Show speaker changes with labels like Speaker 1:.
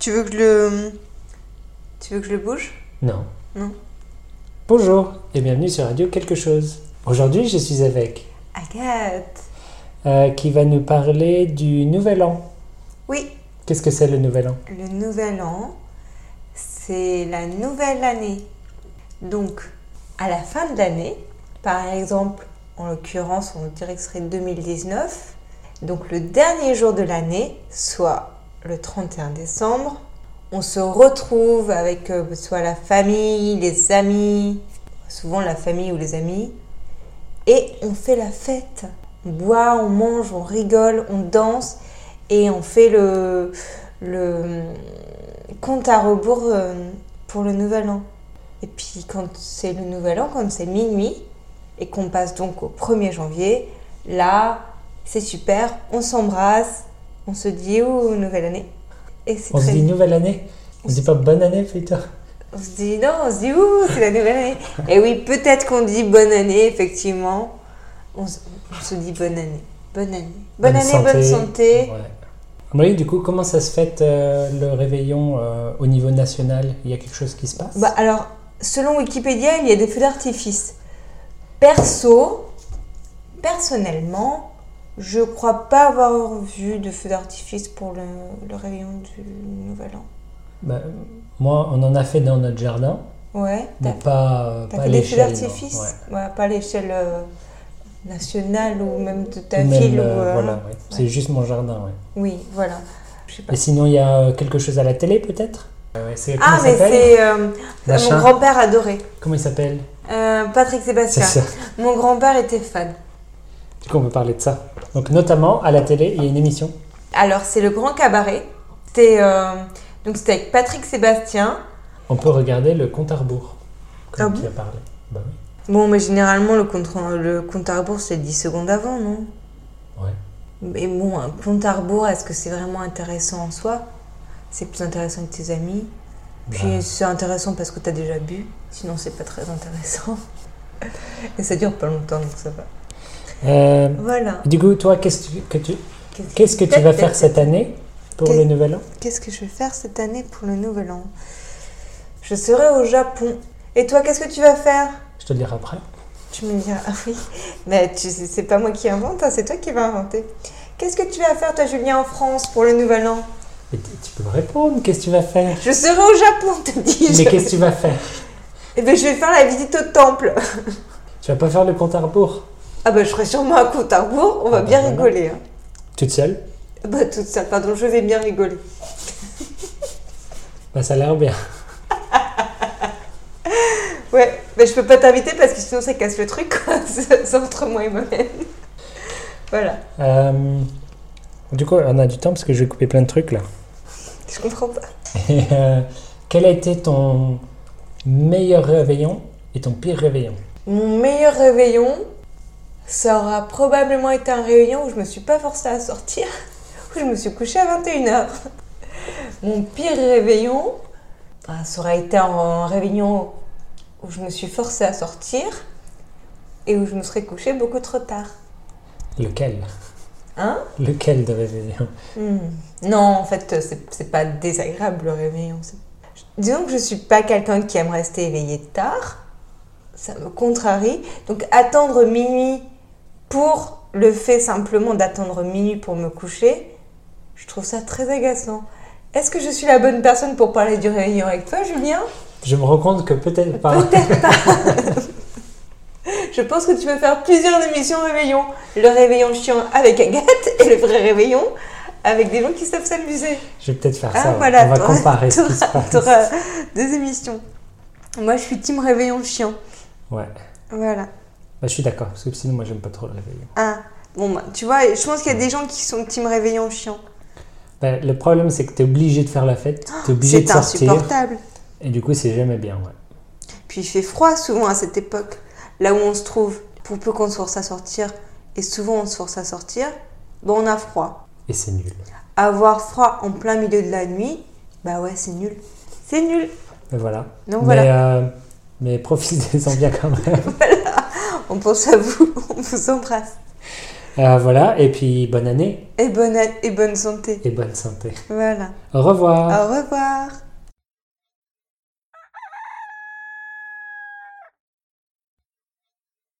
Speaker 1: Tu veux que je le. Tu veux que je le bouge
Speaker 2: Non.
Speaker 1: Non.
Speaker 2: Bonjour et bienvenue sur Radio Quelque chose. Aujourd'hui, je suis avec
Speaker 1: Agathe
Speaker 2: euh, qui va nous parler du Nouvel An.
Speaker 1: Oui,
Speaker 2: Qu'est-ce que c'est le Nouvel An
Speaker 1: le nouvel an, c'est la nouvelle année. Donc, à la fin de l'année, par exemple, en l'occurrence, on dirait que ce serait 2019, donc le dernier jour de l'année, soit le 31 décembre, on se retrouve avec euh, soit la famille, les amis, souvent la famille ou les amis, et on fait la fête. On boit, on mange, on rigole, on danse et on fait le, le compte à rebours euh, pour le nouvel an. Et puis quand c'est le nouvel an, quand c'est minuit et qu'on passe donc au 1er janvier, là c'est super, on s'embrasse, on se dit ou nouvelle année. Et c'est
Speaker 2: On se
Speaker 1: très
Speaker 2: dit Nouvelle Année On se dit pas Bonne Année plutôt
Speaker 1: on se dit non, on se dit ouh, c'est la nouvelle année. Et oui, peut-être qu'on dit bonne année, effectivement. On se, on se dit bonne année. Bonne année. Bonne, année, bonne santé.
Speaker 2: Ouais. Amélie, du coup, comment ça se fait euh, le réveillon euh, au niveau national Il y a quelque chose qui se passe
Speaker 1: Bah alors, selon Wikipédia, il y a des feux d'artifice. Perso, personnellement, je crois pas avoir vu de feux d'artifice pour le, le réveillon du Nouvel An.
Speaker 2: Bah, Moi, on en a fait dans notre jardin,
Speaker 1: Ouais, t'as
Speaker 2: mais pas, euh,
Speaker 1: t'as
Speaker 2: pas à
Speaker 1: fait des feux
Speaker 2: l'échelle. non.
Speaker 1: d'artifice
Speaker 2: Ouais.
Speaker 1: Ouais, Pas à l'échelle euh, nationale ou même de ta
Speaker 2: Ou même,
Speaker 1: ville.
Speaker 2: euh,
Speaker 1: ou, euh,
Speaker 2: voilà, ouais. c'est juste mon jardin. ouais.
Speaker 1: Oui, voilà. Je sais pas.
Speaker 2: Et sinon, il y a euh, quelque chose à la télé peut-être Euh, ouais, c'est-
Speaker 1: Ah,
Speaker 2: comment il
Speaker 1: mais
Speaker 2: s'appelle
Speaker 1: c'est euh, mon
Speaker 2: Machin.
Speaker 1: grand-père adorait.
Speaker 2: Comment il s'appelle
Speaker 1: Euh, Patrick
Speaker 2: C'est
Speaker 1: Sébastien.
Speaker 2: ça.
Speaker 1: Mon grand-père était fan.
Speaker 2: Du coup, on peut parler de ça. Donc, notamment à la télé, il y a une émission.
Speaker 1: Alors, c'est le grand cabaret. C'était euh, donc c'était avec Patrick Sébastien.
Speaker 2: On peut regarder le compte à rebours. Comme
Speaker 1: Ah
Speaker 2: tu
Speaker 1: bon
Speaker 2: as parlé. Bah oui.
Speaker 1: Bon, mais généralement, le compte, le compte à rebours, c'est 10 secondes avant, non
Speaker 2: Ouais.
Speaker 1: Mais bon, un compte à rebours, est-ce que c'est vraiment intéressant en soi C'est plus intéressant que tes amis. Puis
Speaker 2: Bah.
Speaker 1: c'est intéressant parce que t'as déjà bu. Sinon, c'est pas très intéressant. Et ça dure pas longtemps, donc ça va.
Speaker 2: Euh,
Speaker 1: Voilà.
Speaker 2: du coup, toi, qu'est-ce que tu- que tu,
Speaker 1: Qu'est-ce que-
Speaker 2: qu'est-ce que tu vas faire cette année pour
Speaker 1: Qu'est-
Speaker 2: le nouvel an
Speaker 1: Qu'est-ce que je vais faire cette année pour le nouvel an Je serai au Japon. Et toi, qu'est-ce que tu vas faire
Speaker 2: Je te le dirai après.
Speaker 1: Tu me diras, ah oui, mais tu, c'est c'est pas moi qui invente, hein, c'est toi qui vas inventer. Qu'est-ce que tu vas faire, toi, Julien, en France pour le nouvel an
Speaker 2: Mais t- tu peux me répondre, qu'est-ce que tu vas faire
Speaker 1: Je serai au Japon, te dis-je.
Speaker 2: Mais qu'est-ce que tu vas faire
Speaker 1: Eh ben, je vais faire la visite au temple.
Speaker 2: Tu vas pas faire le compte à rebours
Speaker 1: Ah ben, je ferai sûrement un compte à rebours, on va
Speaker 2: Ah ben
Speaker 1: bien
Speaker 2: voilà.
Speaker 1: rigoler. hein.
Speaker 2: Toute seule
Speaker 1: Ah Bah, toute seule, pardon, je vais bien rigoler.
Speaker 2: Bah, ça a l'air bien.
Speaker 1: Ouais, mais je peux pas t'inviter parce que sinon ça casse le truc, quoi. C'est c'est entre moi et moi-même. Voilà,
Speaker 2: Euh, du coup, on a du temps parce que je vais couper plein de trucs là.
Speaker 1: je comprends pas.
Speaker 2: Et, euh, quel a été ton meilleur réveillon et ton pire réveillon
Speaker 1: Mon meilleur réveillon, ça aura probablement été un réveillon où je me suis pas forcée à sortir, où je me suis couchée à 21h. Mon pire réveillon, bah, ça aura été un, un réveillon où je me suis forcée à sortir et où je me serais couchée beaucoup trop tard.
Speaker 2: Lequel
Speaker 1: Hein
Speaker 2: Lequel de réveillon
Speaker 1: Hmm. Non, en fait, euh, c'est- c'est pas désagréable le réveillon. c'est- Disons que je suis pas quelqu'un qui aime rester éveillé tard. Ça me contrarie. Donc attendre minuit pour le fait simplement d'attendre minuit pour me coucher, je trouve ça très agaçant. Est-ce que je suis la bonne personne pour parler du réveillon avec toi, Julien
Speaker 2: Je me rends compte que peut-être pas.
Speaker 1: Je pense que tu peux faire plusieurs émissions réveillon. Le réveillon chiant avec Agathe et le vrai réveillon avec des gens qui savent s'amuser.
Speaker 2: Je vais peut-être faire
Speaker 1: Ah,
Speaker 2: ça. ouais.
Speaker 1: voilà,
Speaker 2: on va
Speaker 1: t'auras-
Speaker 2: comparer ce qui se
Speaker 1: t'auras-
Speaker 2: passe.
Speaker 1: t'auras des émissions. Moi, je suis team réveillon chien.
Speaker 2: Ouais.
Speaker 1: Voilà.
Speaker 2: Bah, je suis d'accord, parce que sinon, moi, j'aime pas trop le réveillon.
Speaker 1: Ah, bon, bah, tu vois, je pense qu'il y a des gens qui sont team réveillon chien.
Speaker 2: Bah, le problème, c'est que t'es obligé de faire la fête, t'es obligé de
Speaker 1: Oh, C'est
Speaker 2: sortir.
Speaker 1: insupportable.
Speaker 2: Et du coup, c'est jamais bien, ouais.
Speaker 1: Puis il fait froid souvent à cette époque, là où on se trouve. Pour peu qu'on se force à sortir, et souvent on se force à sortir, bon, on a froid.
Speaker 2: Et c'est nul.
Speaker 1: Avoir froid en plein milieu de la nuit, bah ouais, c'est nul. C'est nul.
Speaker 2: Mais voilà.
Speaker 1: Donc
Speaker 2: mais,
Speaker 1: voilà,
Speaker 2: euh, mais profitez-en bien quand même.
Speaker 1: on pense à vous, on vous embrasse.
Speaker 2: Euh, voilà, et puis bonne année
Speaker 1: Et bonne, et bonne santé.
Speaker 2: et bonne santé.
Speaker 1: Voilà.
Speaker 2: Au revoir.
Speaker 1: Au revoir.